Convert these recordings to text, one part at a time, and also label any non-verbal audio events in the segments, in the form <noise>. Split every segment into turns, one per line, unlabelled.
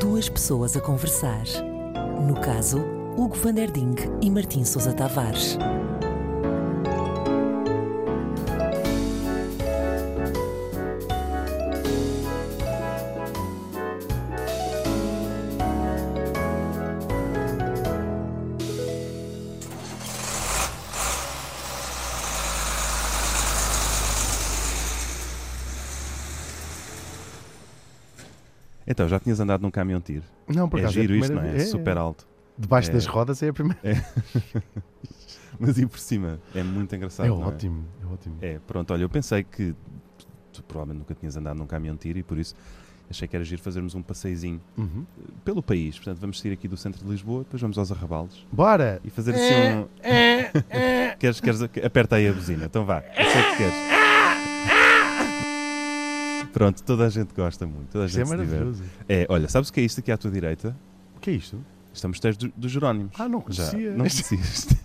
duas pessoas a conversar. No caso, Hugo van der Ding e Martim Sousa Tavares.
Então, já tinhas andado num caminhão de tiro?
Não, por
É
acaso.
giro
a
isto, não
primeira
é?
vez-
Super alto.
Debaixo
É.
das rodas é a primeira.
Mas e por cima? É muito engraçado.
é
não
ótimo, é ótimo.
É, pronto, olha, eu pensei que tu provavelmente nunca tinhas andado num caminhão de tiro e por isso achei que era giro fazermos um passeizinho
Uhum.
pelo país. Portanto, vamos sair aqui do centro de Lisboa, depois vamos aos arrabaldes
Bora! É.
e fazer assim um. queres, queres, aperta aí a buzina, então vá, eu sei que queres. Pronto, toda a gente gosta muito, toda a
Isto é
gente se diverte.
maravilhoso.
É, olha, sabes o que é isto aqui à tua direita?
O que é isto?
Estamos textos do- dos Jerónimos.
Ah, não
Já,
conhecia.
não conheciste.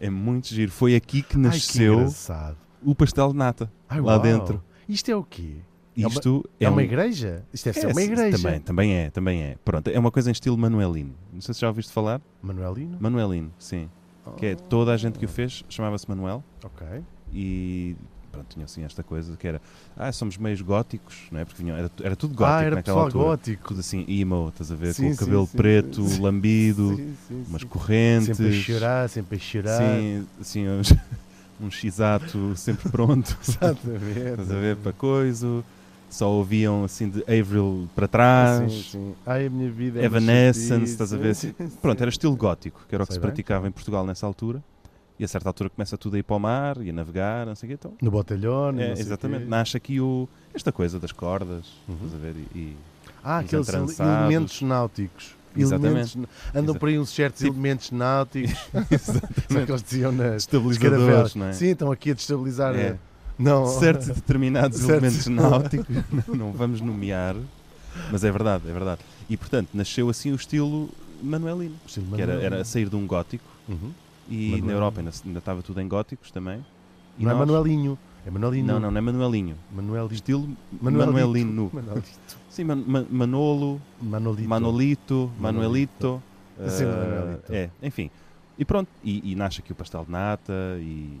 É muito giro. Foi aqui que
Ai, que
nasceu
engraçado.
o pastel de nata.
Ai,
lá
uau.
dentro.
Isto é o quê? É uma-
Isto
É, uma
um-
igreja? Isto deve ser
É,
uma
sim,
igreja.
Também, também é, também é. Pronto, é uma coisa em estilo Manuelino. Não sei se já ouviste falar.
Manuelino?
Manuelino, sim. Que é
Oh.
toda a gente que o fez chamava-se Manuel
Ok.
e pronto, tinham assim esta coisa que era ah, somos meios góticos, não é? Porque vinham, era, tu- era tudo gótico
ah, era
naquela
pessoal
altura.
gótico.
Tudo assim, emo, estás a ver?
Sim,
Com o
sim,
cabelo
sim,
preto,
sim.
lambido,
Sim, sim,
umas
sim.
correntes.
Sempre a chorar, sempre a chorar. <laughs>
Sim, assim, uns- <laughs> um x-ato sempre
<laughs>
pronto.
Exatamente.
Estás a ver para coisa. Só ouviam assim de Avril para trás.
Sim, sim. Ai, a minha vida é uma
Evanescence,
chatice.
estás a ver?
Sim, sim.
Pronto, era estilo gótico, que era o que
Sei
se
bem.
praticava em Portugal nessa altura. E a certa altura começa tudo a ir para o mar e a navegar, não sei o quê. Então,
No botelhão,
é, exatamente, nasce aqui o, esta coisa das cordas,
Uhum.
estás a ver? E, e-
Ah,
Uns
aqueles ele-
entrançados.
elementos náuticos.
Exatamente.
Elementos na- andam
Exa-
por aí uns certos
Tipo- <laughs>
elementos náuticos. Sabe o que eles diziam nas
Estabilizadores,
caravelas?
não é?
Sim, estão aqui a destabilizar. a-
É.
Não.
certos e
<laughs>
determinados
Certo.
elementos náuticos,
<laughs>
não, não vamos nomear, mas é verdade, é verdade. E portanto, nasceu assim o estilo manuelino,
Sim,
que era, era sair de um gótico,
Uhum.
e
Manuelino.
na Europa ainda, ainda estava tudo em góticos também. E
Não é
nós-
Manuelinho. É Manuelinho.
Não, não, não é manuelinho.
Manuelito.
Estilo
Manuelito.
manuelino.
Manuelito.
Sim, Man- Man- Manolo,
Manolito.
Manolito, Manuelito.
É sempre
ah,
Manuelito.
é, enfim. E pronto, e, e nasce aqui o pastel de nata e. enfim,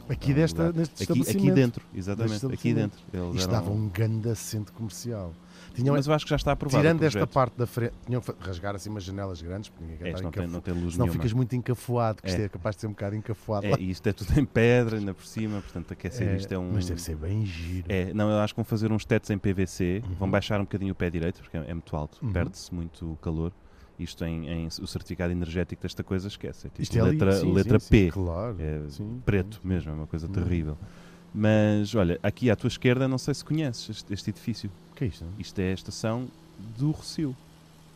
é um-
Aqui
é um
desta-
lugar-
neste
aqui, aqui
estabelecimento.
dentro, exatamente.
Deste
Aqui dentro. Eles
Isto
eram-
dava um grande assento comercial. Tinham,
Mas eu acho que já está aprovado.
um tirando
o projeto.
esta parte da frente, tinham que rasgar assim umas janelas grandes, porque ninguém quer
É,
estar
isto não, tem, não
encafu-
tem luz
Senão
nenhuma.
ficas muito encafuado, que isto
É.
é capaz de ser um bocado encafuado. lá.
É, e isto é tudo em pedra, ainda por cima, portanto aquecer
É,
isto é um.
Mas deve ser bem giro.
É, não, eu acho que vão fazer uns tetos em PVC,
Uhum.
vão baixar um bocadinho o pé direito, porque é, é muito alto,
Uhum.
perde-se muito o calor. Isto em, em- o certificado energético desta coisa esquece. É tipo
Isto é ali,
letra,
sim,
letra
sim,
P.
Sim, claro.
É
Sim, Uhum.
preto mesmo, é uma coisa terrível. Mas olha, aqui à tua esquerda, não sei se conheces este, este edifício.
O que é isto?
Isto é a estação do Rocio.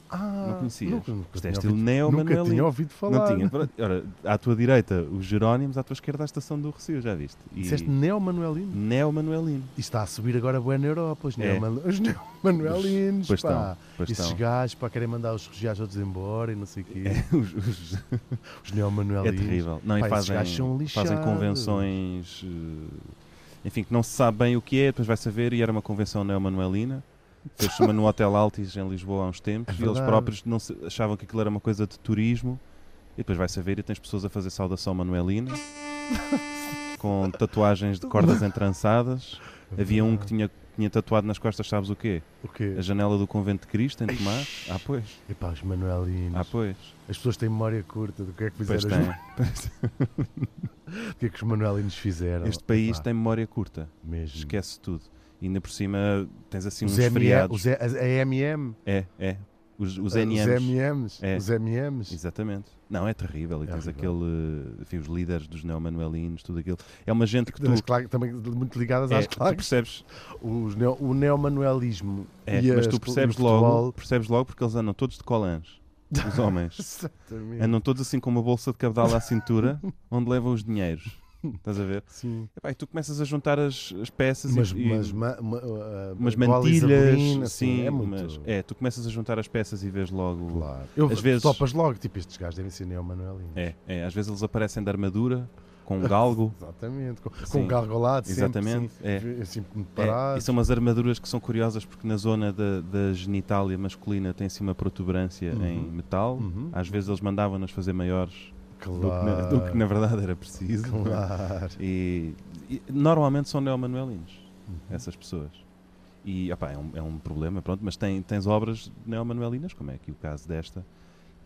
Ah,
não conhecias?
Nunca, nunca
Isto
tinha
é
ouvido,
estilo neo
nunca tinha
manuelino
ouvido falar.
Não tinha. Pronto, Ora, à tua direita, os Jerónimos, à tua esquerda, a estação do Rocio, já viste? E
Disseste neo-manuelino?
Neo-Manuelino.
E está a subir agora bué na Europa, os
É.
neo-manu- os neo-manuelinos,
Pois
pá.
estão. Pois
Esses
estão.
gajos, pá, querem mandar os regiados todos embora e não sei o quê.
É, <laughs> os- os-
Os
É
neo-manuelinos.
terrível. Não,
Pá,
e
esses
fazem,
gajos são
fazem
lixados.
convenções. eh, Enfim, que não se sabe bem o que é, depois vai saber, e era uma convenção neomanuelina. Fez-se uma no Hotel Altis em Lisboa há uns tempos,
É
e eles
verdade.
próprios não se- achavam que aquilo era uma coisa de turismo. E depois vai saber, e tens pessoas a fazer saudação
<laughs>
manuelina, com tatuagens de cordas entrançadas. Havia um que tinha, tinha tatuado nas costas, sabes o quê?
O quê?
A janela do convento de Cristo, em Tomar. Ah, pois.
Epá, os manuelinos.
Ah, pois.
As pessoas têm memória curta do que é que
Pois
fizeram.
tem.
os- O que é que os manuelinos fizeram.
Este país
Epá,
tem memória curta.
Mesmo.
esquece tudo. E ainda por cima tens assim
Os
uns
MM,
feriados.
os E- a- a MM.
É, é. Os, os
Ah,
NMs.
Os MMs.
É.
Os MMs.
Exatamente. Não, é terrível. E
É
tens
horrível.
aquele. Enfim, os líderes dos neomanuelinos, tudo aquilo. É uma gente que tu.
Das cla- Também muito ligadas
é,
às
tu
claques.
percebes,
Os neo, o neomanuelismo.
é,
e
mas
as-
tu percebes
e o futebol.
logo, <laughs> percebes logo porque eles andam todos de colãs, os
<laughs>
homens.
Exatamente.
andam todos assim com uma bolsa de cabedal à
<laughs>
cintura, onde levam os dinheiros. Estás a ver?
Sim.
Epá, e tu começas a juntar as, as peças
Mas,
e,
mas,
e
ma, ma, ah,
umas
gola
mantilhas.
isabelina,
sim,
é muito.
mas- é, tu começas a juntar as peças e vês logo.
Claro. Eu,
Às vezes-
Topas logo, tipo, estes gajos devem ser neomanuelinos.
É, é, às vezes eles aparecem de armadura, com um
<laughs>
galgo.
Exatamente, com, com
Sim.
um carro ao lado,
Exatamente,
sempre, sim, sempre
É,
parado.
e são umas armaduras que são curiosas porque na zona da, da genitália masculina tem-se uma protuberância
Uhum.
em metal.
Uhum.
Às vezes eles mandavam-nas fazer maiores um do que na-
Claro,
do, que na, verdade era preciso. não é?
claro.
<laughs> E, e normalmente são neomanuelinos,
Uhum.
essas pessoas. E opá, é, um, é um problema, pronto, mas tem, tens obras neomanuelinas, como é aqui o caso desta.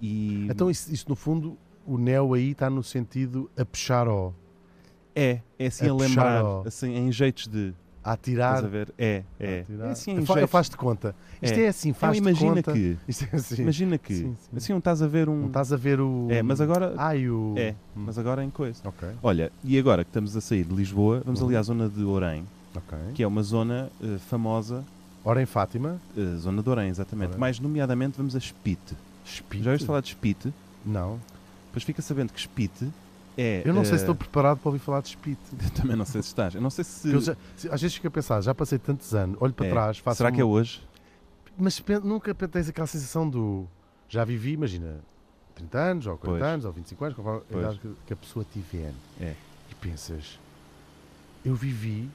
E
Então, isso, isso, no fundo, o neo aí está no sentido a puxar ó,
é, é assim
a
a,
puxar
lembrar,
ao-
assim, em jeitos de.
a
Estás
atirar.
a ver? É, é.
a atirar.
É assim, em
Eu fa- eu
jeitos-
faz-te conta. Isto é,
É.
assim,
Então,
faz-te
imagina
conta.
que.
<laughs> Isto é assim.
Imagina que.
Sim, sim.
Assim, não estás a ver um.
Não estás a ver um o.
É, mas agora.
Ai, o.
É, mas agora em coisa.
Ok,
Olha, e agora que estamos a sair de Lisboa, vamos ali
Uhum.
à zona de Orém,
ok.
que é uma zona eh, famosa,
Ora em Fátima.
eh, zona de Orém, exatamente.
Orém.
Mais nomeadamente, vamos a Espite.
Espírito.
Já ouviste falar de Espite?
Não.
Pois fica sabendo que Espite é.
Eu não sei
eh,
se estou preparado para ouvir falar de espírito.
<laughs> eu também não sei se estás. Eu não sei se.
Eu já- se- às vezes fico a pensar, já passei tantos anos, olho para
É.
trás, faço.
Será que é
um-
hoje?
Mas pe- nunca pe- tens aquela sensação do. Já vivi, imagina, 30 anos, ou 40
Pois.
anos, ou 25 anos, conforme a
Pois.
idade que, que a pessoa tiver.
É.
E pensas, eu vivi,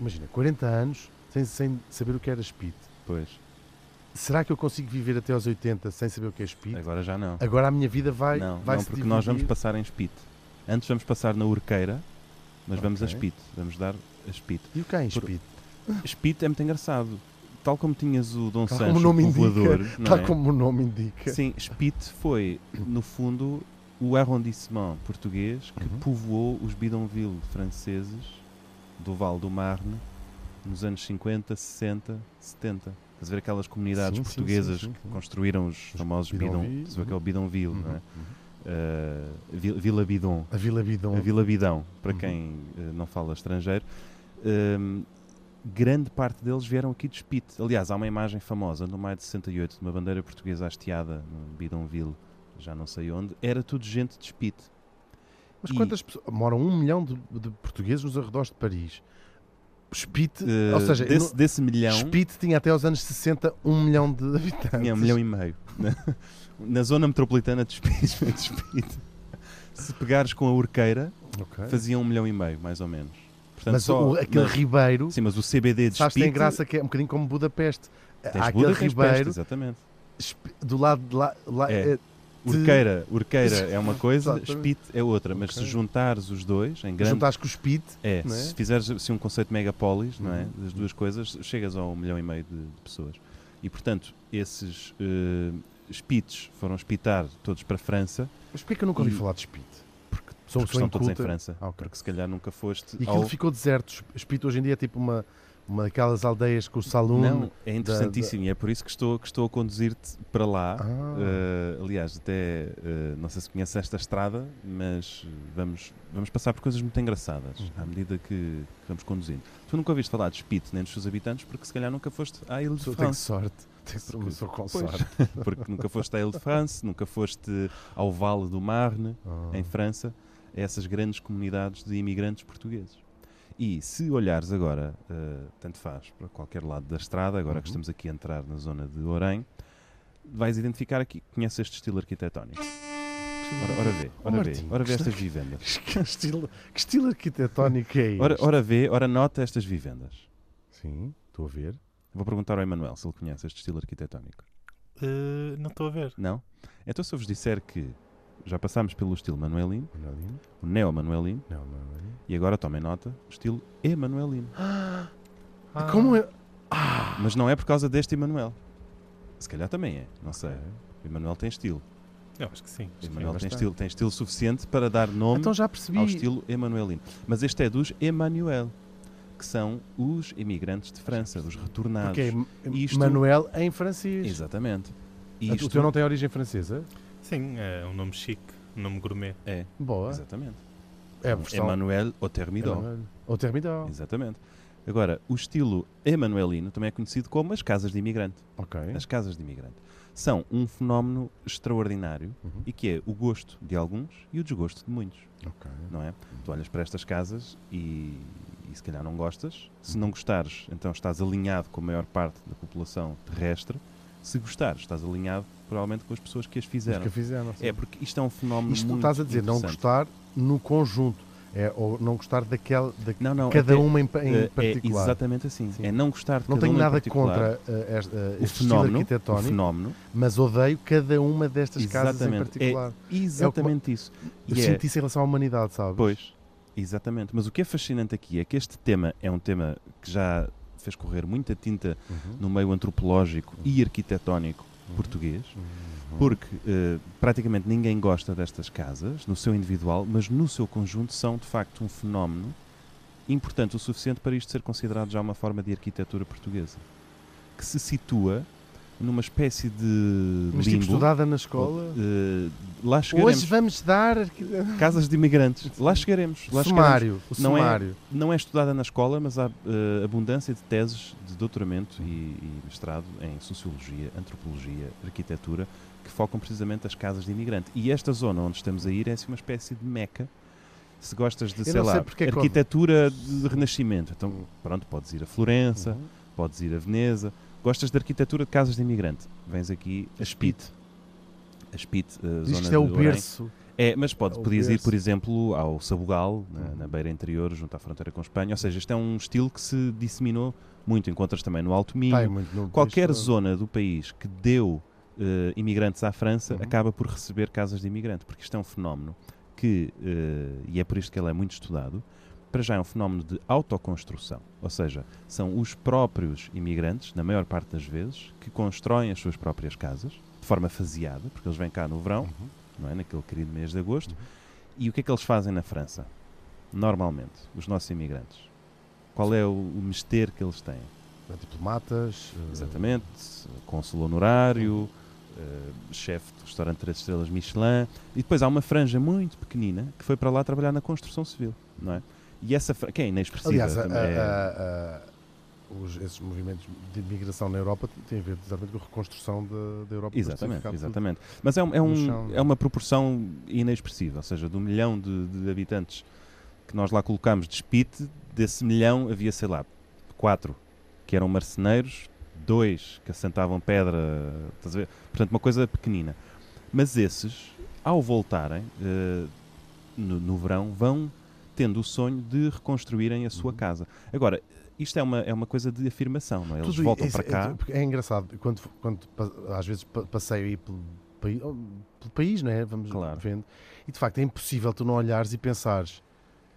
imagina, 40 anos sem, sem saber o que era speed.
Pois.
Será que eu consigo viver até aos 80 sem saber o que é speed?
Agora já não.
Agora a minha vida vai.
Não,
vai
não,
se
porque nós vamos
dividir.
passar em Espite. Antes vamos passar na Urqueira, mas vamos a
Ok.
Espite. Vamos dar a Espite.
E o que é em
Por-
speed?
Espite é muito engraçado. Tal como tinhas o Dom
Tal como
Sancho,
o nome
o
indica,
voador, não
Tal
é?
como o nome indica.
Sim, Spite foi, no fundo, o arrondissement português que
Uhum.
povoou os bidonville franceses do Val do Marne nos anos 50, 60, 70. Estás a ver aquelas comunidades
Sim, sim,
portuguesas
sim, sim, sim.
que construíram os
Os
famosos bidon,
bidonville,
estás a ver que é
uhum.
o bidonville, não é?
Uhum.
Ah, Vi- Vila Bidon.
A Vila é um Bidon.
A Vila Bidão, para
Uhum.
quem eh, não fala estrangeiro, hum, grande parte deles vieram aqui de Spite. Aliás, há uma imagem famosa no maio de 68 de uma bandeira portuguesa hasteada no Bidonville, já não sei onde. Era tudo gente de Spite.
Mas
E-
quantas pessoas. Moram um milhão de, de portugueses nos arredores de Paris. Spit,
Eh,
ou seja,
desse, desse milhão,
Spit tinha até aos anos 60 um milhão de habitantes.
tinha um milhão e meio. Na- <laughs> Na zona metropolitana de Spite, <laughs> de Spite. se pegares com a Urqueira,
Ok.
fazia um milhão e meio, mais ou menos. Portanto,
Mas
só-
o, aquele
mas-
ribeiro,
Sim, mas o CBD de
sabes, tem
Spite...
graça que é um bocadinho como Budapeste.
Tens
Há aquele
Buda, tens Peste,
ribeiro
exatamente.
Sp- do lado de lá. lá-
É.
eh, de-
Urqueira, urqueira é
<laughs>
uma coisa,
Exatamente.
Spit é outra, mas se
Ok.
juntares os dois em grande.
juntares com o Spit,
é,
não é?
se fizeres assim, um conceito megapolis, não é?
Uhum.
Das duas coisas, chegas a um milhão e meio de, de pessoas. E portanto, esses eh, Spits foram espitar todos para a França,
mas porquê que eu nunca ouvi
E-
falar de Spit?
porque,
Sou-
porque
sou
estão todos em
inculta.
França.
Ah, ok.
Porque se calhar nunca foste
E aquilo
ao.
ficou deserto. Spit hoje em dia é tipo uma, uma daquelas aldeias com o
Não,
saloon.
é interessantíssimo e é por isso que estou, que estou a conduzir-te para lá.
Ah,
Eh, aliás, até eh, não sei se conhece esta estrada, mas eh, vamos, vamos passar por coisas muito engraçadas
Uhum.
à medida que, que vamos conduzindo. Tu nunca ouviste falar de Spit nem dos seus habitantes porque se calhar nunca foste à Ilha de
sou- tenho
France,
sorte. Tenho sou- sou com
Pois.
sorte.
porque nunca foste à Ilha de France, nunca foste ao Vale do Marne,
Ah.
<laughs> em França, a essas grandes comunidades de imigrantes portugueses. E se olhares agora, eh, tanto faz, para qualquer lado da estrada, agora que
Uhum.
estamos aqui a entrar na zona de Orem, vais identificar aqui, conheces este estilo arquitetónico. Ora, ora vê,
Oh,
ora vê,
Martim,
ora vê
que
estas vivendas.
Que estilo, que estilo arquitetónico é este?
Ora, ora vê, ora nota estas vivendas.
Sim, estou a ver.
Vou perguntar ao Emanuel se ele conhece este estilo arquitetónico.
Eh, não estou a ver.
Não? Então se eu vos disser que já passámos pelo estilo manuelino,
Manuelino?
o neo-manuelino,
Não, Manuelino.
e agora tomem nota, o estilo emanuelino.
Ah,
Como é?
Mas não é por causa deste Emanuel. Se calhar também é, não sei. O Emanuel tem estilo.
Eu acho que sim.
O Emanuel tem
bastante.
estilo, tem estilo suficiente para dar nome
Então já percebi.
ao estilo emanuelino. Mas este é dos Emanuel, que são os imigrantes de França, os retornados.
Porque é M-
Isto-
Manuel em francês.
Exatamente. E
Isto... O
isto
teu não tem origem francesa?
Sim, é um nome chique, um nome gourmet.
é,
Boa.
exatamente.
É a versão.
Emanuel Otermidor.
Emanuel. Ou Termidor.
Exatamente. Agora, o estilo emanuelino também é conhecido como as casas de imigrante.
Ok.
As casas de imigrante são um fenómeno extraordinário
Uhum.
e que é o gosto de alguns e o desgosto de muitos,
Ok.
não é? Tu olhas para estas casas e, e se calhar não gostas. Se não gostares, então estás alinhado com a maior parte da população terrestre. Se gostares, estás alinhado provavelmente com as pessoas que as
Mas
fizeram.
que fizeram. sim.
É porque isto é um fenómeno
Isto tu
muito
estás a dizer não
interessante.
gostar no conjunto. É, ou não gostar daquela, da
Não, não,
cada
até,
uma em, pa- em
eh, é
particular.
exatamente assim.
Sim.
É não gostar de
não
cada
tenho
um em
nada
particular.
contra eh, este, eh,
o
este estilo
fenómeno, o
arquitetónico,
fenómeno,
mas odeio cada uma destas casas em
Exatamente. É-
particular.
exatamente isso.
Eu
E é-
sinto isso em relação à humanidade, sabes?
Pois, exatamente. Mas o que é fascinante aqui é que este tema é um tema que já fez correr muita tinta
Uhum.
no meio antropológico e arquitetónico português,
Uhum.
porque eh, praticamente ninguém gosta destas casas, no seu individual, mas no seu conjunto são de facto um fenómeno importante o suficiente para isto ser considerado já uma forma de arquitetura portuguesa, que se situa numa espécie de
Mas tipo
limbo.
estudada na escola.
Eh, lá chegaremos.
Hoje vamos dar arqui-
Casas de imigrantes. Lá chegaremos. Lá chegaremos.
sumário. O
Não é-
sumário.
não é estudada na escola, mas há eh, abundância de teses de doutoramento e, e mestrado em sociologia, antropologia, arquitetura, que focam precisamente as casas de imigrante. E esta zona onde estamos a ir é assim, uma espécie de meca. Se gostas de,
Eu
sei
não
lá,
sei porque é que-
arquitetura de renascimento, então pronto, podes ir a Florença,
Uhum.
podes ir a Veneza. Gostas de arquitetura de casas de imigrante? Vens aqui a Spit. A Spit, a
Diz
zona
que isto é o
de Orem.
berço.
É, mas pode,
Ao
podias ir,
berço.
por exemplo, ao Sabugal, na,
Uhum.
na beira interior, junto à fronteira com a Espanha. Ou seja, este é um estilo que se disseminou muito. Encontras também no Alto Minho.
Pá, é muito novo
Qualquer
isto.
zona do país que deu eh, imigrantes à França
Uhum.
acaba por receber casas de imigrante, porque isto é um fenómeno que, eh, e é por isto que ele é muito estudado, para já é um fenómeno de autoconstrução. Ou seja, são os próprios imigrantes, na maior parte das vezes, que constroem as suas próprias casas, de forma faseada, porque eles vêm cá no verão,
Uhum.
não é? naquele querido mês de agosto. E o que é que eles fazem na França? Normalmente, os nossos imigrantes. Qual é o, o mester que eles têm?
Uhum. é Diplomatas. eh,
Exatamente, cônsul honorário, eh, chefe do restaurante 3 estrelas Michelin. E depois há uma franja muito pequenina que foi para lá trabalhar na construção civil, não é? E essa franja, que é inexpressiva
Aliás, a-
também.
a-
é-
a- a- os- esses movimentos de migração na Europa têm a ver exatamente com a reconstrução da, da Europa. depois de ter
Exatamente,
ficado
exatamente. Mas é, um- é
no
um-
chão.
é uma proporção inexpressiva, ou seja, do milhão de, de habitantes que nós lá colocámos de espite, desse milhão havia, sei lá, quatro que eram marceneiros, dois que assentavam pedra, estás a ver? portanto, uma coisa pequenina. Mas esses, ao voltarem eh, no, no verão, vão tendo o sonho de reconstruírem a sua
Uhum.
casa. Agora, isto é uma, é uma coisa de afirmação, não é? Eles
Tudo
voltam
isso-
para cá.
É, porque é engraçado, quando, quando pa- às vezes pa- passeio aí pelo, paí- oh, pelo país, não é? Vamos
Claro.
vendo, e de facto é impossível tu não olhares e pensares.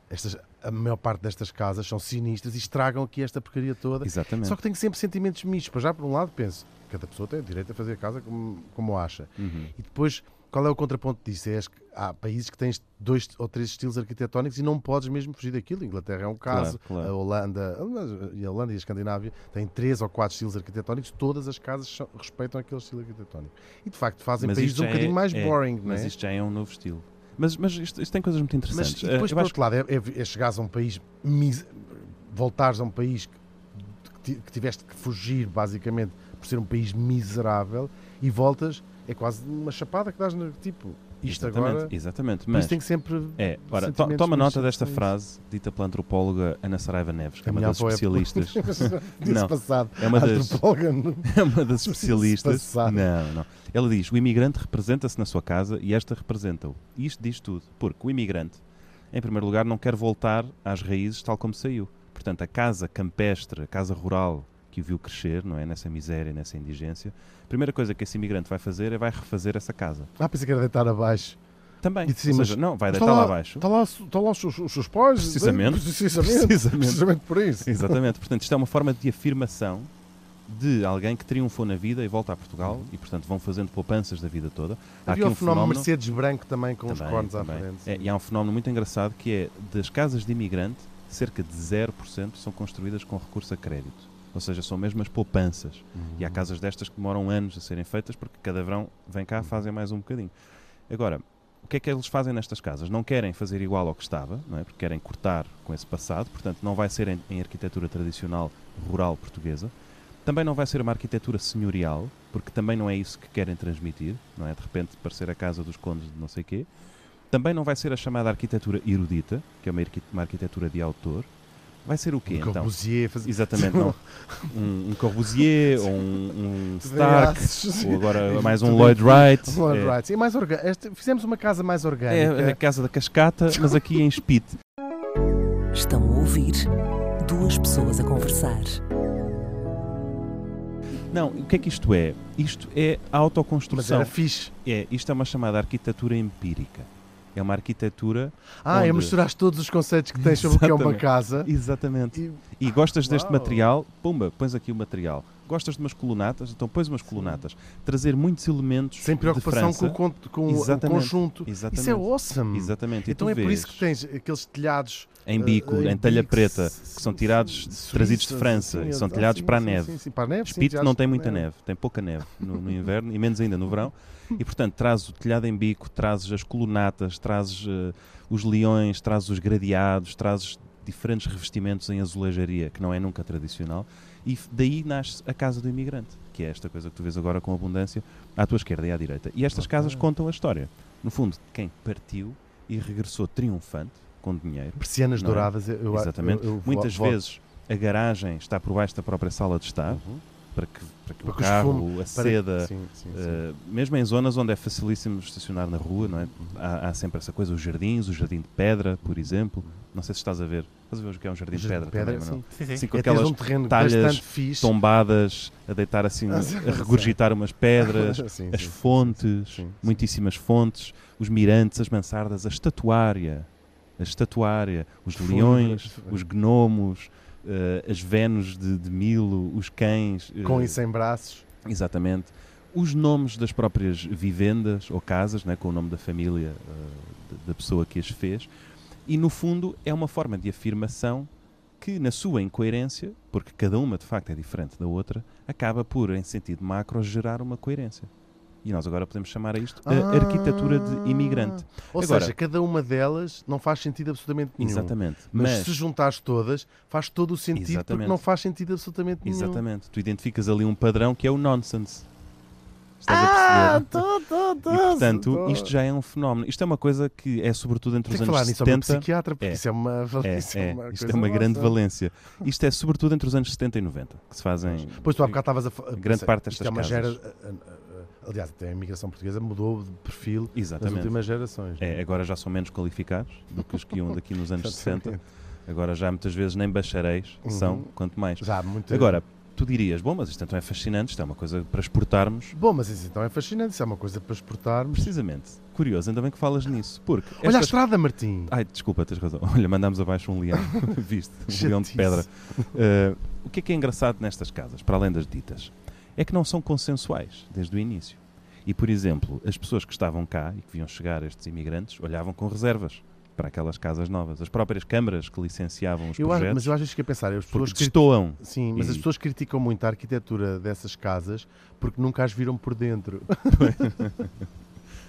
Estas, a maior parte destas casas são sinistras e estragam aqui esta porcaria toda.
Exatamente.
Só que tenho sempre sentimentos mistos. Para já, por um lado, penso, cada pessoa tem o direito a fazer a casa como, como acha.
Uhum.
E depois, qual é o contraponto disso? É as- há países que têm dois ou três estilos arquitetónicos e não podes mesmo fugir daquilo. A Inglaterra é um caso,
Claro, claro.
a Holanda, aliás, e a Holanda e a Escandinávia têm três ou quatro estilos arquitetónicos, todas as casas são- respeitam aquele estilo arquitetónico. E de facto fazem
Mas
países
isto
um
já
bocadinho
é-
mais
é,
boring, não é?
Mas isto já é um novo estilo. Mas, mas isto, isto tem coisas muito
Mas
interessantes.
e depois,
Eh, eu
por
acho
outro lado, é, é, é chegares a um país, mis- voltares a um país que, ti- que tiveste que fugir, basicamente, por ser um país miserável, e voltas, é quase uma chapada que dás no tipo, isto
exatamente,
agora.
Exatamente.
Por
Mas,
isso tem que sempre. <laughs>
é, ora, to-
sentimentos
toma nota
mistos
desta
com isso.
frase dita pela antropóloga Ana Saraiva Neves, que é
A
uma
minha
das
avó é- <laughs>
especialistas.
Disse
<laughs> Não.
passado.
É uma das,
antropóloga. no-
é uma das especialistas.
<laughs> Se passar.
Não, não. Ela diz: o imigrante representa-se na sua casa e esta representa-o. Isto diz tudo. Porque o imigrante, em primeiro lugar, não quer voltar às raízes tal como saiu. Portanto, a casa campestre, a casa rural que o viu crescer, não é? Nessa miséria, nessa indigência, a primeira coisa que esse imigrante vai fazer é vai refazer essa casa.
Ah, pensei que era deitar abaixo.
Também.
E sim,
Ou
mas-
seja, não, vai
mas
deitar
tá
lá
lá-
abaixo.
Está lá, está lá os, seus- os seus pais.
Precisamente.
né? Precisamente.
Precisamente.
Precisamente por isso.
Exatamente. Portanto, isto é uma forma de afirmação de alguém que triunfou na vida e volta a Portugal e, portanto, vão fazendo poupanças da vida toda. Há
Havia
aqui um
o fenómeno Mercedes branco também com os
Também,
cornos à
também.
frente.
É, e há um fenómeno muito engraçado que é das casas de imigrante, cerca de 0% são construídas com recurso a crédito. Ou seja, são mesmo as poupanças. E
Uhum.
há casas destas que demoram anos a serem feitas porque cada verão vem
Uhum.
cá, fazem mais um bocadinho. Agora, o que é que eles fazem nestas casas? Não querem fazer igual ao que estava, não é? porque querem cortar com esse passado, portanto, não vai ser em, em arquitetura tradicional rural portuguesa. Também não vai ser uma arquitetura senhorial, porque também não é isso que querem transmitir, não é? De repente parecer a casa dos condes de não sei quê. Também não vai ser a chamada arquitetura erudita, que é uma, arqui- uma arquitetura de autor. Vai ser o quê,
O
então?
Um Corbusier fazia.
Exatamente,
<laughs>
não. Um, um Corbusier, ou um, um Stark,
Stark,
ou
<laughs>
agora mais um Lloyd Wright.
Lloyd
É,
Wright. E mais orga- este- Fizemos uma casa mais
É,
orgânica.
a casa da cascata, mas aqui em Spit.
Estão a ouvir duas pessoas a conversar.
Não, o que é que isto é? Isto é a
Mas
autoconstrução.
era fixe.
É, isto é uma chamada arquitetura empírica. É uma arquitetura.
Ah, é
Onde?
misturaste todos os conceitos que tens sobre o que é uma
Exatamente.
casa.
Exatamente.
E,
E gostas deste
Uau.
material? Pumba, pões aqui o material. Gostas de umas colunatas? Então pões umas colunatas. Trazer muitos elementos.
sem preocupação
de
com, o,
França.
con- com o- o
Exatamente.
conjunto.
Exatamente.
Isso é awesome.
Exatamente. E
Então
tu
é por
vês
isso que tens aqueles telhados
Em
eh,
bico, em, talha
bico,
preta,
su-
que são tirados,
su-
trazidos de
suíças,
França
sim,
e são
ah,
telhados
sim,
para a
sim,
neve.
sim, sim, para a neve, sim,
Espírito
telhados
não tem
para a
muita neve, tem pouca neve no, no inverno e menos ainda no verão. E portanto, trazes o telhado em bico, trazes as colunatas, trazes eh, os leões, trazes os gradeados, trazes diferentes revestimentos em azulejaria, que não é nunca tradicional. E f- daí nasce a casa do imigrante, que é esta coisa que tu vês agora com abundância à tua esquerda e à direita. E estas casas contam a história. No fundo, de quem partiu e regressou triunfante com dinheiro.
Persianas
Não é?
douradas, eu, eu-
Exatamente.
eu- eu
Muitas
vo-
vezes a garagem está por baixo da própria sala de estar
Uhum.
para que, para que
Para
o
que os
carro,
fumo-
a
para-
seda,
Sim, sim, sim.
eh, mesmo em zonas onde é facilíssimo estacionar na rua, não é? Há, há sempre essa coisa, os jardins, o jardim de pedra, por exemplo. Não sei se estás a ver. Estás a ver o que é um jardim de pedra, também, Manuel?
sim.
Sim, sim.
Assim, com
É teres
aquelas
um terreno
talhas
bastante fixe.
tombadas a deitar assim,
<laughs> Ah, sim,
a regurgitar umas pedras,
<laughs> Sim,
as
sim,
fontes,
sim, sim.
muitíssimas fontes, os mirantes, as mansardas, a estatuária, a estatuária, os
Fundo,
leões,
fundo.
os gnomos, eh, as Vênus de, de Milo, os cães. eh,
Com e sem braços.
Exatamente. Os nomes das próprias vivendas ou casas, né, com o nome da família eh, da- da pessoa que as fez. E, no fundo, é uma forma de afirmação que, na sua incoerência, porque cada uma de facto é diferente da outra, acaba por, em sentido macro, gerar uma coerência. E nós agora podemos chamar a isto a
Ah.
arquitetura de imigrante.
Ou
Agora-
seja, cada uma delas não faz sentido absolutamente nenhum.
Exatamente.
Mas,
Mas,
se juntares todas, faz todo o sentido porque
Exatamente.
não faz sentido absolutamente nenhum.
exatamente, tu identificas ali um padrão que é o nonsense. Estás a
Ah,
perceber?
tô, tô, tô,
E, portanto,
tô.
isto já é um fenómeno. Isto é uma coisa que é sobretudo entre os
Tem que falar
anos
nisso ao meu
70.
psiquiatra, porque
É.
isso é uma
É,
isso
é.
uma
Isto é
coisa
uma grande
nossa.
valência. Isto é sobretudo entre os anos 70 e 90 que se fazem.
Pois tu há bocado estavas a falar.
grande parte destas
é uma
casas.
gera- a- a- a- Aliás, até a imigração portuguesa mudou de perfil nas
Exatamente.
últimas gerações.
É, agora já são menos qualificados do que os que iam daqui nos anos 60.
Exatamente.
Agora já muitas vezes nem bacharéis são,
Uhum.
quanto mais.
Já há muito.
Agora, tu dirias, bom, mas isto então é fascinante, isto é uma coisa para exportarmos.
Bom, mas isso então é fascinante, isso é uma coisa para exportarmos.
Precisamente. Curioso, ainda bem que falas nisso, porque.
Olha a
estas-
estrada, Martim!
Ai, desculpa, tens razão. <laughs> Olha, mandámos abaixo um leão,
<laughs>
viste? Um leão de
Chatice.
pedra. Uh, o que é que é engraçado nestas casas, para além das ditas? É que não são consensuais desde o início. E, por exemplo, as pessoas que estavam cá e que vinham chegar, estes imigrantes, olhavam com reservas para aquelas casas novas. As próprias câmaras que licenciavam os
Eu acho,
projetos,
mas eu acho que fiquei a pensar, as pessoas
porque
cri-
destoam.
Sim, mas
E-
as pessoas criticam muito a arquitetura dessas casas porque nunca as viram
<laughs>
por dentro.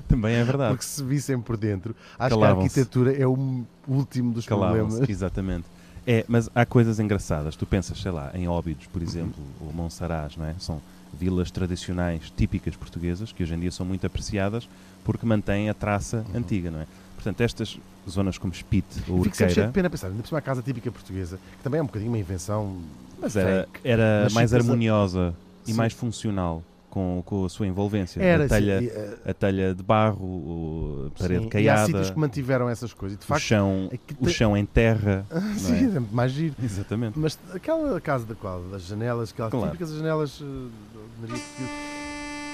Também é verdade.
Porque se vissem por dentro, acho que a
Calavam-se.
arquitetura é o m- último dos
Calavam-se,
problemas.
exatamente. É, mas há coisas engraçadas. Tu pensas, sei lá, em Óbidos,
Uhum.
por exemplo, ou Monsaraz, não é? São vilas tradicionais típicas portuguesas que hoje em dia são muito apreciadas porque mantêm a traça
Uhum.
antiga, não é? Portanto, estas zonas como Spite ou
Fico sempre cheio
Urqueira,
de pena a pensar, ainda por cima a casa típica portuguesa, que também é um bocadinho uma invenção.
mas era,
fake.
era
Mas
mais
sim, mas a-
harmoniosa e
Sim.
mais funcional com, com a sua envolvência.
Era
a,
assim,
telha,
e, eh,
a telha de barro, o- a parede
sim, e há
caiada,
sítios que mantiveram essas coisas. E de
o,
facto,
chão,
aqui
o
te-
chão em terra. não
<laughs> sim, é mais giro.
<laughs> Exatamente.
Mas aquela casa da qual? Das janelas, aquelas
Claro.
típicas janelas eh, de ordenaria portuguesa.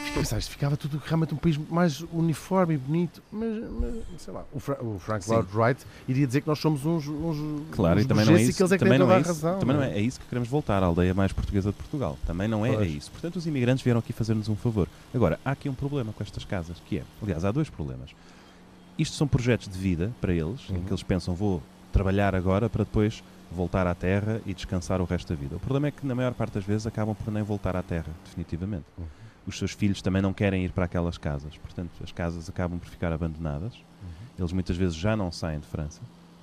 Fiquei a pensar, isto ficava tudo realmente um país mais uniforme e bonito, mas, mas, sei lá, o, Fra- o Frank
Sim.
Lloyd Wright iria dizer que nós somos uns, uns
Claro,
uns
e também não é
burgueses e
isso.
que eles é que
também
têm
não
toda
é
a
isso,
razão.
também não
não
é, é isso que queremos voltar à aldeia mais portuguesa de Portugal. Também não é, é
Pois.
isso. Portanto, os imigrantes vieram aqui fazer-nos um favor. Agora, há aqui um problema com estas casas, que é, aliás, há dois problemas. Isto são projetos de vida para eles, em
Uhum.
que eles pensam, vou trabalhar agora para depois voltar à terra e descansar o resto da vida. O problema é que, na maior parte das vezes, acabam por nem voltar à terra, definitivamente.
Uhum.
Os seus filhos também não querem ir para aquelas casas. Portanto, as casas acabam por ficar abandonadas.
Uhum.
Eles muitas vezes já não saem de França,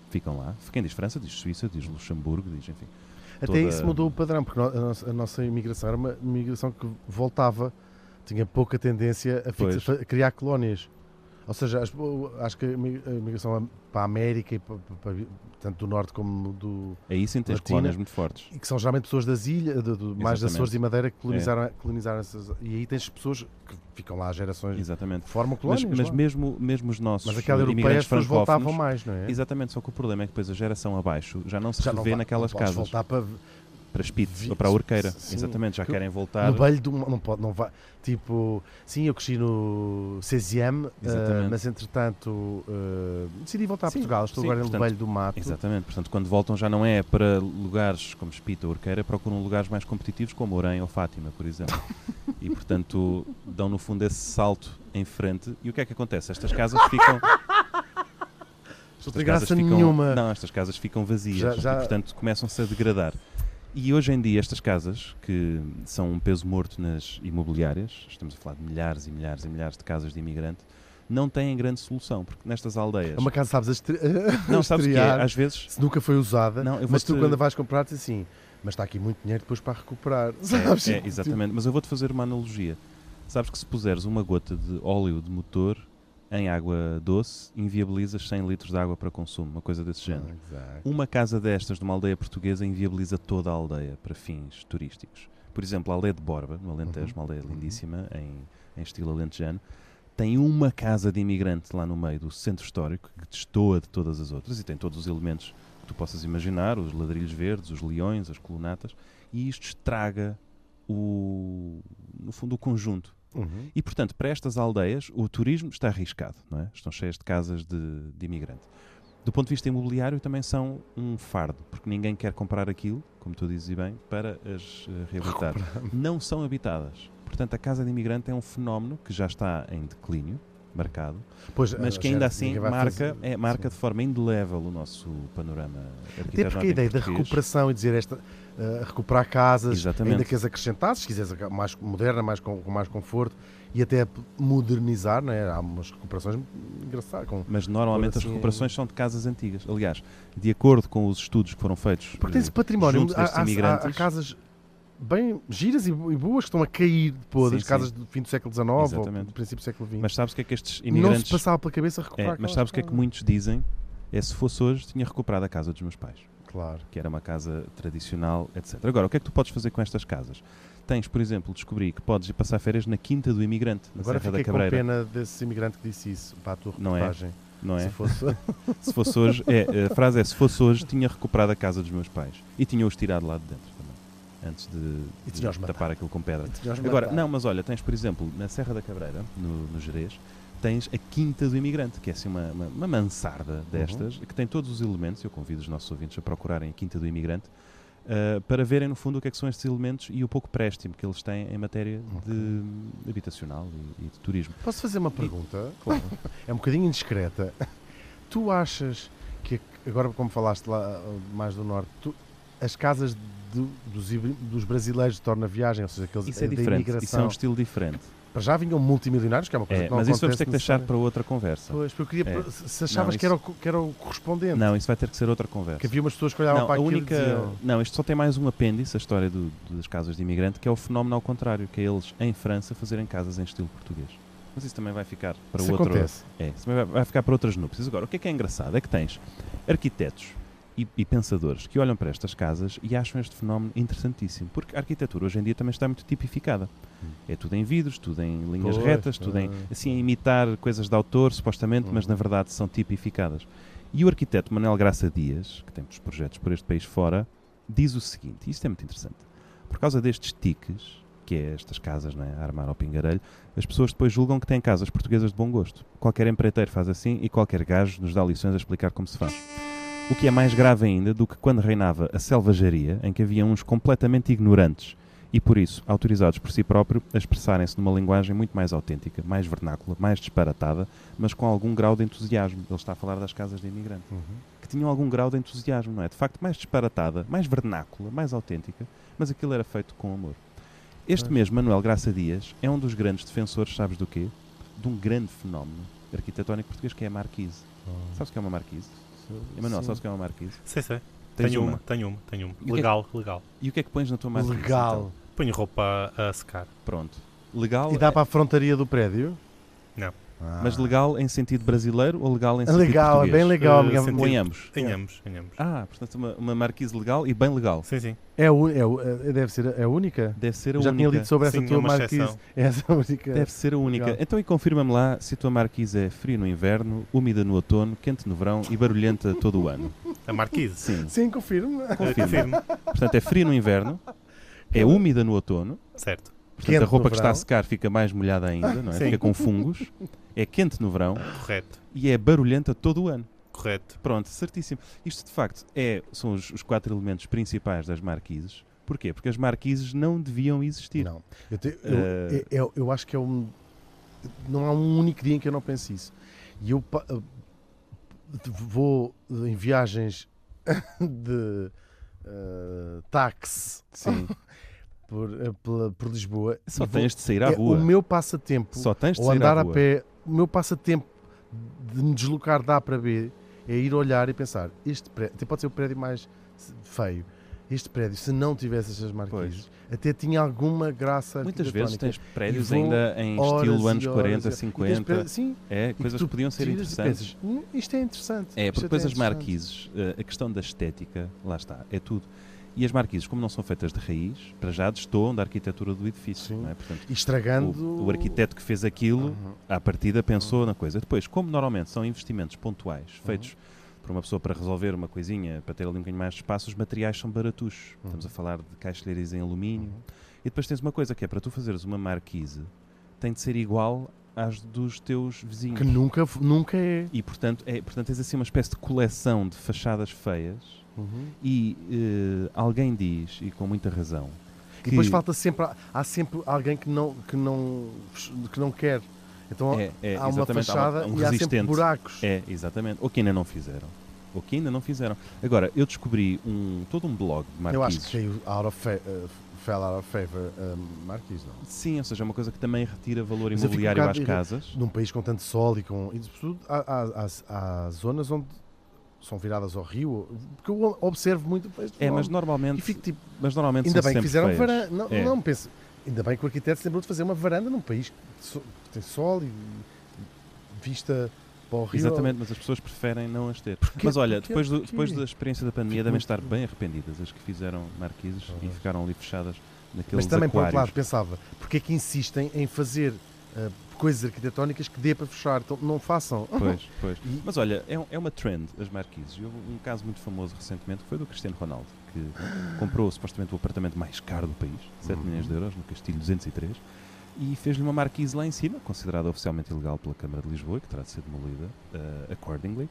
ficam lá. Quem diz França diz Suíça, diz Luxemburgo, diz enfim.
Até
é toda-
isso mudou o padrão, porque no- a nossa, a nossa imigração era uma imigração que voltava, tinha pouca tendência a, fixa-
Pois.
fa- a criar colónias. Ou seja, as- o- acho que a mi- a migração am- para a América, e pa- pa- pa- tanto do Norte como do.
Aí sim tens
Latina.
colónias muito fortes.
e que são geralmente pessoas das ilhas, do- do- mais das
Exatamente. É.
Açores e Madeira, que colonizaram, colonizaram essas. E aí tens pessoas que ficam lá há gerações,
Exatamente.
formam
Mas,
colónias.
mas
lá.
mesmo, mesmo os nossos eh,
Mas aquela europeia as
imigrantes
pessoas
francófonos...
voltavam mais, não é?
Exatamente, só que o problema é que depois a geração abaixo já não se revê
va-
naquelas
não podes
casas,
voltar para
para Spitz
vi-
ou para a Urqueira.
sim,
Exatamente, já
que-
querem voltar.
no belho de uma, não pode, não vai. Tipo, sim, eu cresci no CZM,
Exatamente.
mas entretanto eh, decidi voltar a
Sim,
Portugal. Estou
sim,
agora
portanto,
no belho do mato.
Exatamente, portanto, quando voltam já não é para lugares como Espita ou Urqueira, procuram lugares mais competitivos como Orém ou Fátima, por exemplo. E, portanto, dão no fundo esse salto em frente. E o que é que acontece? Estas casas ficam.
Não
Estas
tem
casas
graça
ficam-
nenhuma.
Não, estas casas ficam vazias.
Já- já-
E, portanto, começam-se a degradar. E hoje em dia, estas casas, que são um peso morto nas imobiliárias, estamos a falar de milhares e milhares e milhares de casas de imigrante, não têm grande solução, porque nestas aldeias.
É uma casa, sabes, a <laughs> estre... a
Não, sabes o que é?
estrear.
Às vezes.
se nunca foi usada,
Não, eu
mas tu
vou-te-
quando a vais comprar dizes assim, mas está aqui muito dinheiro depois para recuperar, sabes?
<laughs>
Tipo,
É, exatamente. Mas eu vou-te fazer uma analogia. Sabes que se puseres uma gota de óleo de motor em água doce, inviabilizas 100 litros de água para consumo, uma coisa desse género.
Exato.
Uma casa destas numa aldeia portuguesa inviabiliza toda a aldeia para fins turísticos. Por exemplo, a aldeia de Borba, no Alentejo,
Uhum.
uma aldeia
Uhum.
lindíssima, em, em estilo alentejano, tem uma casa de imigrante lá no meio do centro histórico que destoa de todas as outras e tem todos os elementos que tu possas imaginar, os ladrilhos verdes, os leões, as colunatas, e isto estraga o, no fundo, o conjunto.
Uhum.
E, portanto, para estas aldeias, o turismo está arriscado, não é? Estão cheias de casas de, de imigrante. Do ponto de vista imobiliário, também são um fardo, porque ninguém quer comprar aquilo, como tu dizes e bem, para as eh, reabilitar. Não são habitadas. Portanto, a casa de imigrante é um fenómeno que já está em declínio, marcado,
Pois,
mas
a
que ainda
gente-
assim
ninguém vai
marca,
fazer-
é, marca de
Sim.
forma indelével o nosso panorama arquitetónico
Até Tipo, porque a ideia da
português.
recuperação e dizer esta, eh, recuperar casas,
Exatamente.
ainda que as acrescentasses, se quiseres a- mais moderna, mais com, com mais conforto e até p- modernizar, não é? há umas recuperações engraçadas. Com...
Mas normalmente
Pôr
as
assim-
recuperações são de casas antigas. Aliás, de acordo com os estudos que foram feitos.
Porque
eh,
tens património,
junto
há,
destes
há- há-
imigrantes.
há casas bem giras e, bo- e boas que estão a cair de podres,
Sim, sim.
casas do fim do século XIX ou
Exatamente.
do princípio do século XX.
Mas sabes o que é que estes
Não se
imigrantes.
passava pela cabeça recuperar
é, mas sabes o que é que
aquelas
muitos dizem? É se fosse hoje, tinha recuperado a casa dos meus pais,
casas. Claro.
que era uma casa tradicional, etc. Agora, o que é que tu podes fazer com estas casas? Tens, por exemplo, descobri que podes ir passar férias na Quinta do Imigrante, na
Agora
Serra da
fiquei com
é Cabreira,
pena desse imigrante que disse isso para a tua
Não é?
reportagem.
não é? <laughs>
Se fosse.
Se fosse hoje, é, a frase é: se fosse hoje, tinha recuperado a casa dos meus pais e tinha-os tirado lá de dentro também, antes
E
de,
tinha-os
de
matado.
tapar aquilo com pedra.
Tinhas
Agora,
matado.
não, mas olha, tens, por exemplo, na Serra da Cabreira, no, no Jerez, tens a Quinta do Imigrante, que é assim uma, uma, uma
Uhum.
mansarda destas, que tem todos os elementos, eu convido os nossos ouvintes a procurarem a Quinta do Imigrante, ah, para verem no fundo o que é que são estes elementos e o pouco préstimo que eles têm em matéria de habitacional e, e de turismo.
Posso fazer uma pergunta?
Claro.
É um bocadinho indiscreta. <laughs> Tu achas que, agora como falaste lá uh, mais do norte, tu- as casas do- dos, ibri- dos brasileiros de torna viagem, ou seja, aqueles
Isso é
da
diferente, isso é
imigração,
um estilo diferente.
para já vinham multimilionários, que é uma coisa
É,
que não
mas isso vamos ter
acontece
que deixar
necessariamente.
para outra conversa.
Pois, porque eu queria...
É.
per- Se se achavas
Não,
que, era o, co- que era o correspondente,
Não, isso vai ter que ser outra conversa.
que havia umas pessoas que olhavam
não,
para
a
aquilo
única...
e diziam...
Não, isto só tem mais um apêndice, a história do- das casas de imigrante, que é o fenómeno ao contrário, que é eles, em França, fazerem casas em estilo português. Mas isso também vai ficar para
Isso
outro...
acontece.
É, isso também vai, vai ficar para outras núpcias. Agora, o que é que é engraçado é que tens arquitetos e, e pensadores que olham para estas casas e acham este fenómeno interessantíssimo, porque a arquitetura hoje em dia também está muito tipificada.
Hum.
É tudo em vidros, tudo em linhas
Pois,
retas, tudo em,
pois.
assim, a imitar coisas de autor, supostamente, mas
Hum.
na verdade são tipificadas. E o arquiteto Manuel Graça Dias, que tem muitos projetos por este país fora, diz o seguinte, e isto é muito interessante, por causa destes tiques, que é estas casas, não é? a armar ao pingarelho, as pessoas depois julgam que têm casas portuguesas de bom gosto. Qualquer empreiteiro faz assim e qualquer gajo nos dá lições a explicar como se faz. O que é mais grave ainda do que quando reinava a selvageria, em que havia uns completamente ignorantes e, por isso, autorizados por si próprio a expressarem-se numa linguagem muito mais autêntica, mais vernácula, mais disparatada, mas com algum grau de entusiasmo. Ele está a falar das casas de imigrante
Uhum.
que tinham algum grau de entusiasmo, não é? De facto, mais disparatada, mais vernácula, mais autêntica, mas aquilo era feito com amor. Este
Pois.
mesmo Manuel Graça Dias é um dos grandes defensores, sabes do quê? De um grande fenómeno arquitetónico português que é a Marquise. Sabes o que é uma Marquise? Emanuel,
Sim.
sabes o que é uma Marquise?
Sei, sei.
Tens
tenho uma.
uma.
tenho uma, tenho uma.
que é-
Legal, legal.
E o que é que pões na tua Marquise?
Legal.
então?
Ponho roupa a, a secar.
Pronto. Legal.
E dá
é-
para a frontaria do prédio?
Não.
Mas legal em sentido brasileiro ou legal em
É
sentido
legal, é
português?
bem legal,
Eh,
amiga.
senti-
Ou em ambos?
Tenhamos, tenhamos.
Ah, portanto, uma, uma marquise legal e bem legal.
Sim, sim.
É, o- é, o- é- deve ser a- é a única?
Deve ser a
Já tinha
única.
lido sobre
Sim,
essa tua
é uma
marquise.
exceção.
<laughs> Essa única.
Deve ser a única.
Legal.
Então, e confirma-me lá se a tua marquise é fria no inverno, úmida no outono, quente no verão e barulhenta todo o ano.
A Marquise.
Sim.
Sim, confirmo.
Eh,
Confirma.
Confirmo.
Portanto, é fria no inverno, é úmida no outono,
Certo.
portanto,
Quente
a roupa
no
que está a
verão.
secar fica mais molhada ainda, não é?
Sim.
Fica com fungos, é quente no verão
Correto.
e é barulhenta todo o ano.
Correto.
Pronto, certíssimo. Isto de facto é, são os, os quatro elementos principais das marquises. Porquê? Porque as marquises não deviam existir.
Não. Eu, te- eu-
Eh.
eu- eu acho que é um. Não há um único dia em que eu não pense isso. E eu pa- eh, vou em viagens <laughs> de eh, táxi
Sim.
por, eh, pela- por Lisboa.
Só
e vou-
tens de sair à
é
rua.
O meu passatempo,
Só tens de
ou
sair
andar
à
a
rua.
pé, o meu passatempo de me deslocar de A para B é ir olhar e pensar: este prédio, até pode ser o prédio mais feio. Este prédio, se não tivesse estas marquises, até tinha alguma graça
Muitas vezes
arquitetónica.
tens prédios
E vou
ainda em
horas
estilo
e
anos
horas
40,
e- E tens
50.
pre- Sim,
É,
que
coisas
tu
que podiam ser
tiras e
interessantes.
pensas, "Hum, isto é
É,
interessante. isto
porque
até
depois as
interessante."
marquises, eh, a questão da estética, lá está, é tudo. E as marquises, como não são feitas de raiz, para já destoam da arquitetura do edifício.
Sim.
Não é? Portanto,
E estragando.
o, o arquiteto que fez aquilo,
Uhum.
à partida, pensou na coisa. Depois, como normalmente são investimentos pontuais,
Uhum.
feitos por uma pessoa para resolver uma coisinha, para ter ali um bocadinho mais de espaço, os materiais são baratuchos.
Uhum.
Estamos a falar de caixilheiras em alumínio. E depois tens uma coisa que é, para tu fazeres uma marquise, tem de ser igual às dos teus vizinhos.
Que nunca, f- nunca é.
E portanto, é, portanto tens assim uma espécie de coleção de fachadas feias e eh, alguém diz, e com muita razão,
E depois falta sempre. Há sempre alguém que não, que não, que não quer. Então
é, é,
há uma
exatamente,
fachada
há uma- um
e há sempre
resistente.
buracos.
É, exatamente. Ou que ainda não fizeram. Ou que ainda não fizeram. Agora, eu descobri um, todo um blog de
Eu
marquises.
acho que caiu out of fa- uh, fell out of favor um, Marquise, não?
Sim, ou seja, é uma coisa que também retira valor
Mas eu fico um
imobiliário
bocado
às
irri-
casas.
Num país com tanto sol e com. E de tudo, há, há- há- há zonas onde são viradas ao rio, porque eu observo muito. este
É, mas
fenómeno.
normalmente,
E fico tipo,
mas normalmente
ainda
são
bem que
sempre
fizeram
feias.
varanda. Não,
É.
não penso. Ainda bem que o arquiteto se lembrou de fazer uma varanda num país que so- que tem sol e vista para o rio.
Exatamente, mas as pessoas preferem não as ter. Mas olha,
Porquê?
depois, do-
Porquê?
depois da experiência da pandemia,
Fico
devem
muito-
estar bem arrependidas as que fizeram marquises e
Uhum.
ficaram ali fechadas naqueles
Mas também, por outro
aquários.
lado, pensava, porque é que insistem em fazer ah, coisas arquitetónicas que dê para fechar? Então, não façam.
Pois, pois.
E-
Mas olha, é, um- é uma trend as marquises. E Houve um caso muito famoso recentemente que foi do Cristiano Ronaldo, que comprou supostamente o apartamento mais caro do país, 7 milhões de euros, no Castilho 203, e fez-lhe uma marquise lá em cima, considerada oficialmente ilegal pela Câmara de Lisboa, e que terá de ser demolida eh, accordingly,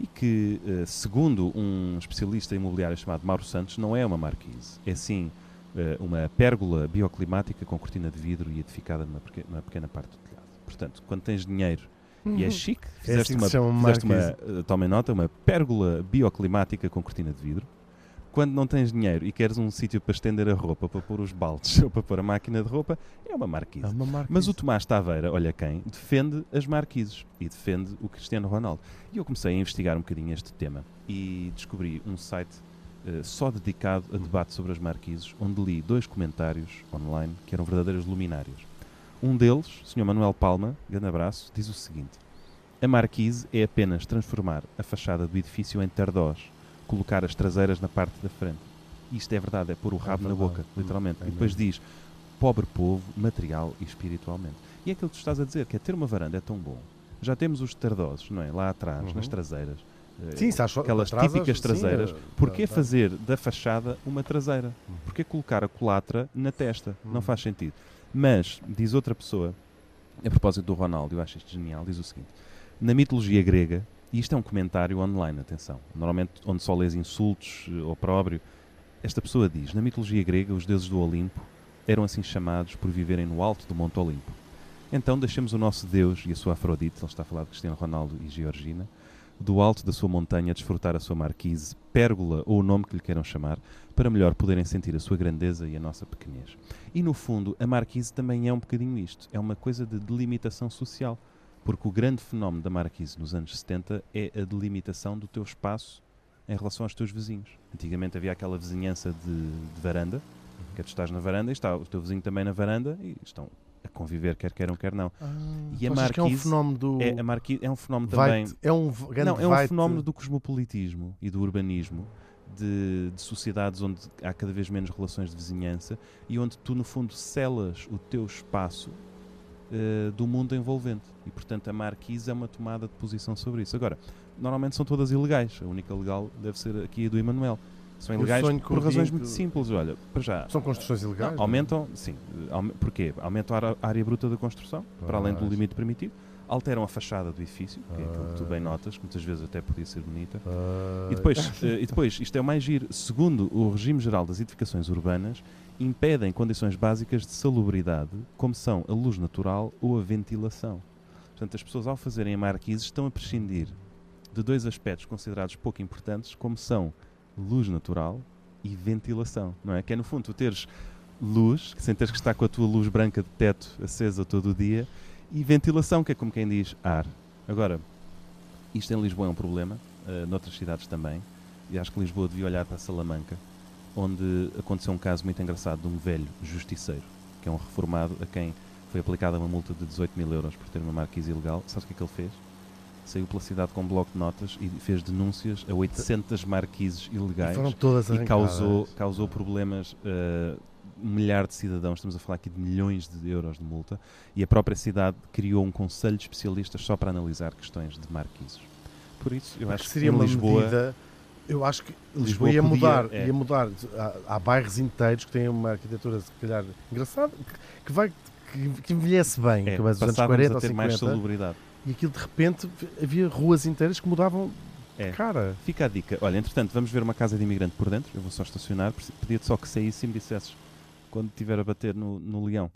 e que, eh, segundo um especialista imobiliário chamado Mauro Santos, não é uma marquise, é sim eh, uma pérgola bioclimática com cortina de vidro e edificada numa, peque- numa pequena parte do telhado. Portanto, quando tens dinheiro e é chique, fizeste
assim que
uma,
se chama
fizeste uma
marquise.
eh, tomem nota, uma pérgola bioclimática com cortina de vidro. Quando não tens dinheiro e queres um sítio para estender a roupa, para pôr os baldes <laughs> ou para pôr a máquina de roupa, é uma marquise.
uma
Mas o Tomás Taveira, olha quem, defende as marquises e defende o Cristiano Ronaldo. E eu comecei a investigar um bocadinho este tema e descobri um site eh, só dedicado a debate sobre as marquises, onde li dois comentários online que eram verdadeiros luminários. Um deles, o Sr. Manuel Palma, grande abraço, diz o seguinte: A marquise é apenas transformar a fachada do edifício em tardós, colocar as traseiras na parte da frente. Isto é verdade, é pôr o rabo na
verdade.
boca, literalmente.
É
e depois
mesmo.
diz: pobre povo, material e espiritualmente. E é aquilo que tu estás a dizer, que é ter uma varanda é tão bom. Já temos os tardosos, não é? Lá atrás,
Uhum.
nas traseiras. Eh,
Sim, se achou-
Aquelas
atrasas,
típicas
sim,
traseiras.
eh,
Porquê
atrasas.
fazer da fachada uma traseira? Porquê colocar a culatra na testa? Não faz sentido. Mas, diz outra pessoa, a propósito do Ronaldo, eu acho isto genial, diz o seguinte: na mitologia grega, e isto é um comentário online, atenção, normalmente onde só lês insultos eh, ou próprio, esta pessoa diz: na mitologia grega, os deuses do Olimpo eram assim chamados por viverem no alto do Monte Olimpo. Então deixemos o nosso Deus e a sua Afrodite, ele está a falar de Cristiano Ronaldo e Georgina, do alto da sua montanha desfrutar a sua marquise, pérgola ou o nome que lhe queiram chamar, para melhor poderem sentir a sua grandeza e a nossa pequenez. E no fundo, a marquise também é um bocadinho isto, é uma coisa de delimitação social, porque o grande fenómeno da marquise nos anos 70 é a delimitação do teu espaço em relação aos teus vizinhos. Antigamente havia aquela vizinhança de, de varanda, que é tu estás na varanda e está o teu vizinho também na varanda e estão a conviver, quer queiram, quer não.
Ah,
E a
tu achas que é um
Marquise
fenómeno do.
É, a Marquise, é um fenómeno também.
vai-te- é um v- grande
Não, é um
vai-te-
fenómeno do cosmopolitismo e do urbanismo, de, de sociedades onde há cada vez menos relações de vizinhança e onde tu, no fundo, selas o teu espaço eh, do mundo envolvente. E, portanto, a marquise é uma tomada de posição sobre isso. Agora, normalmente são todas ilegais. A única legal deve ser aqui a do Emanuel. São
Eu
ilegais
sonho com o
por
dia
razões
em
muito
que-
simples. Olha, para já,
São construções
não,
ilegais. é?
aumentam, sim. eh, aume- Porquê? Aumentam a área- a área bruta da construção, para além do
Pois.
limite permitido. Alteram a fachada do edifício, que é aquilo que tu bem
Ah.
notas, que muitas vezes até podia ser bonita.
Ah,
E depois, eh, e depois, isto é o mais giro, segundo o regime geral das edificações urbanas, impedem condições básicas de salubridade, como são a luz natural ou a ventilação. Portanto, as pessoas ao fazerem a marquise estão a prescindir de dois aspectos considerados pouco importantes, como são luz natural e ventilação, não é? Que é no fundo tu teres luz, que sem teres que estar com a tua luz branca de teto acesa todo o dia, e ventilação, que é como quem diz ar. Agora, isto em Lisboa é um problema, eh, noutras cidades também, e acho que Lisboa devia olhar para Salamanca, onde aconteceu um caso muito engraçado de um velho justiceiro, que é um reformado a quem foi aplicada uma multa de 18 mil euros por ter uma marquise ilegal. Sabes o que é que ele fez? Saiu pela cidade com um bloco de notas e fez denúncias a 800 marquises
e
ilegais
foram todas
e
arrancadas.
causou, causou problemas a um milhar de cidadãos, estamos a falar aqui de milhões de euros de multa, e a própria cidade criou um conselho de especialistas só para analisar questões de marquises. Por isso, eu acho
que
que
seria
em
uma
Lisboa,
medida. Eu acho que Lisboa,
Lisboa
ia
podia,
mudar,
é.
ia mudar. Há, há bairros inteiros que têm uma arquitetura, se calhar, engraçada, que, que vai que, que envelhece bem,
é,
que vai dos anos
passávamos a
40 ou
ter mais
50,
salubridade.
e aquilo de repente havia ruas inteiras que mudavam de
É.
cara.
Fica a dica. Olha, entretanto, vamos ver uma casa de imigrante por dentro, eu vou só estacionar, Preci- pedia-te só que saísse e me dissesses quando estiver a bater no, no leão.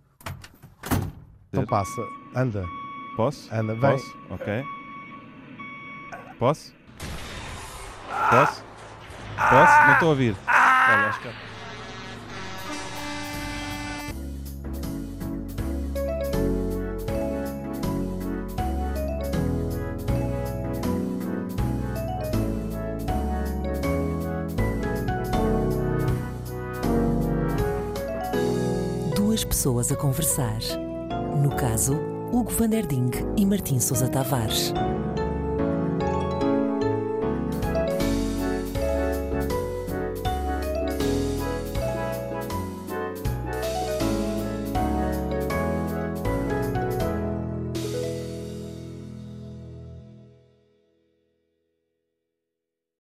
Então
Ter-
passa, anda,
Posso?
anda, vai.
Posso? Ok. Posso? Posso? Posso? Não estou a ouvir. Olha, acho que... é
Duas pessoas a conversar. No caso, Hugo Van Der Ding e Martim Sousa Tavares.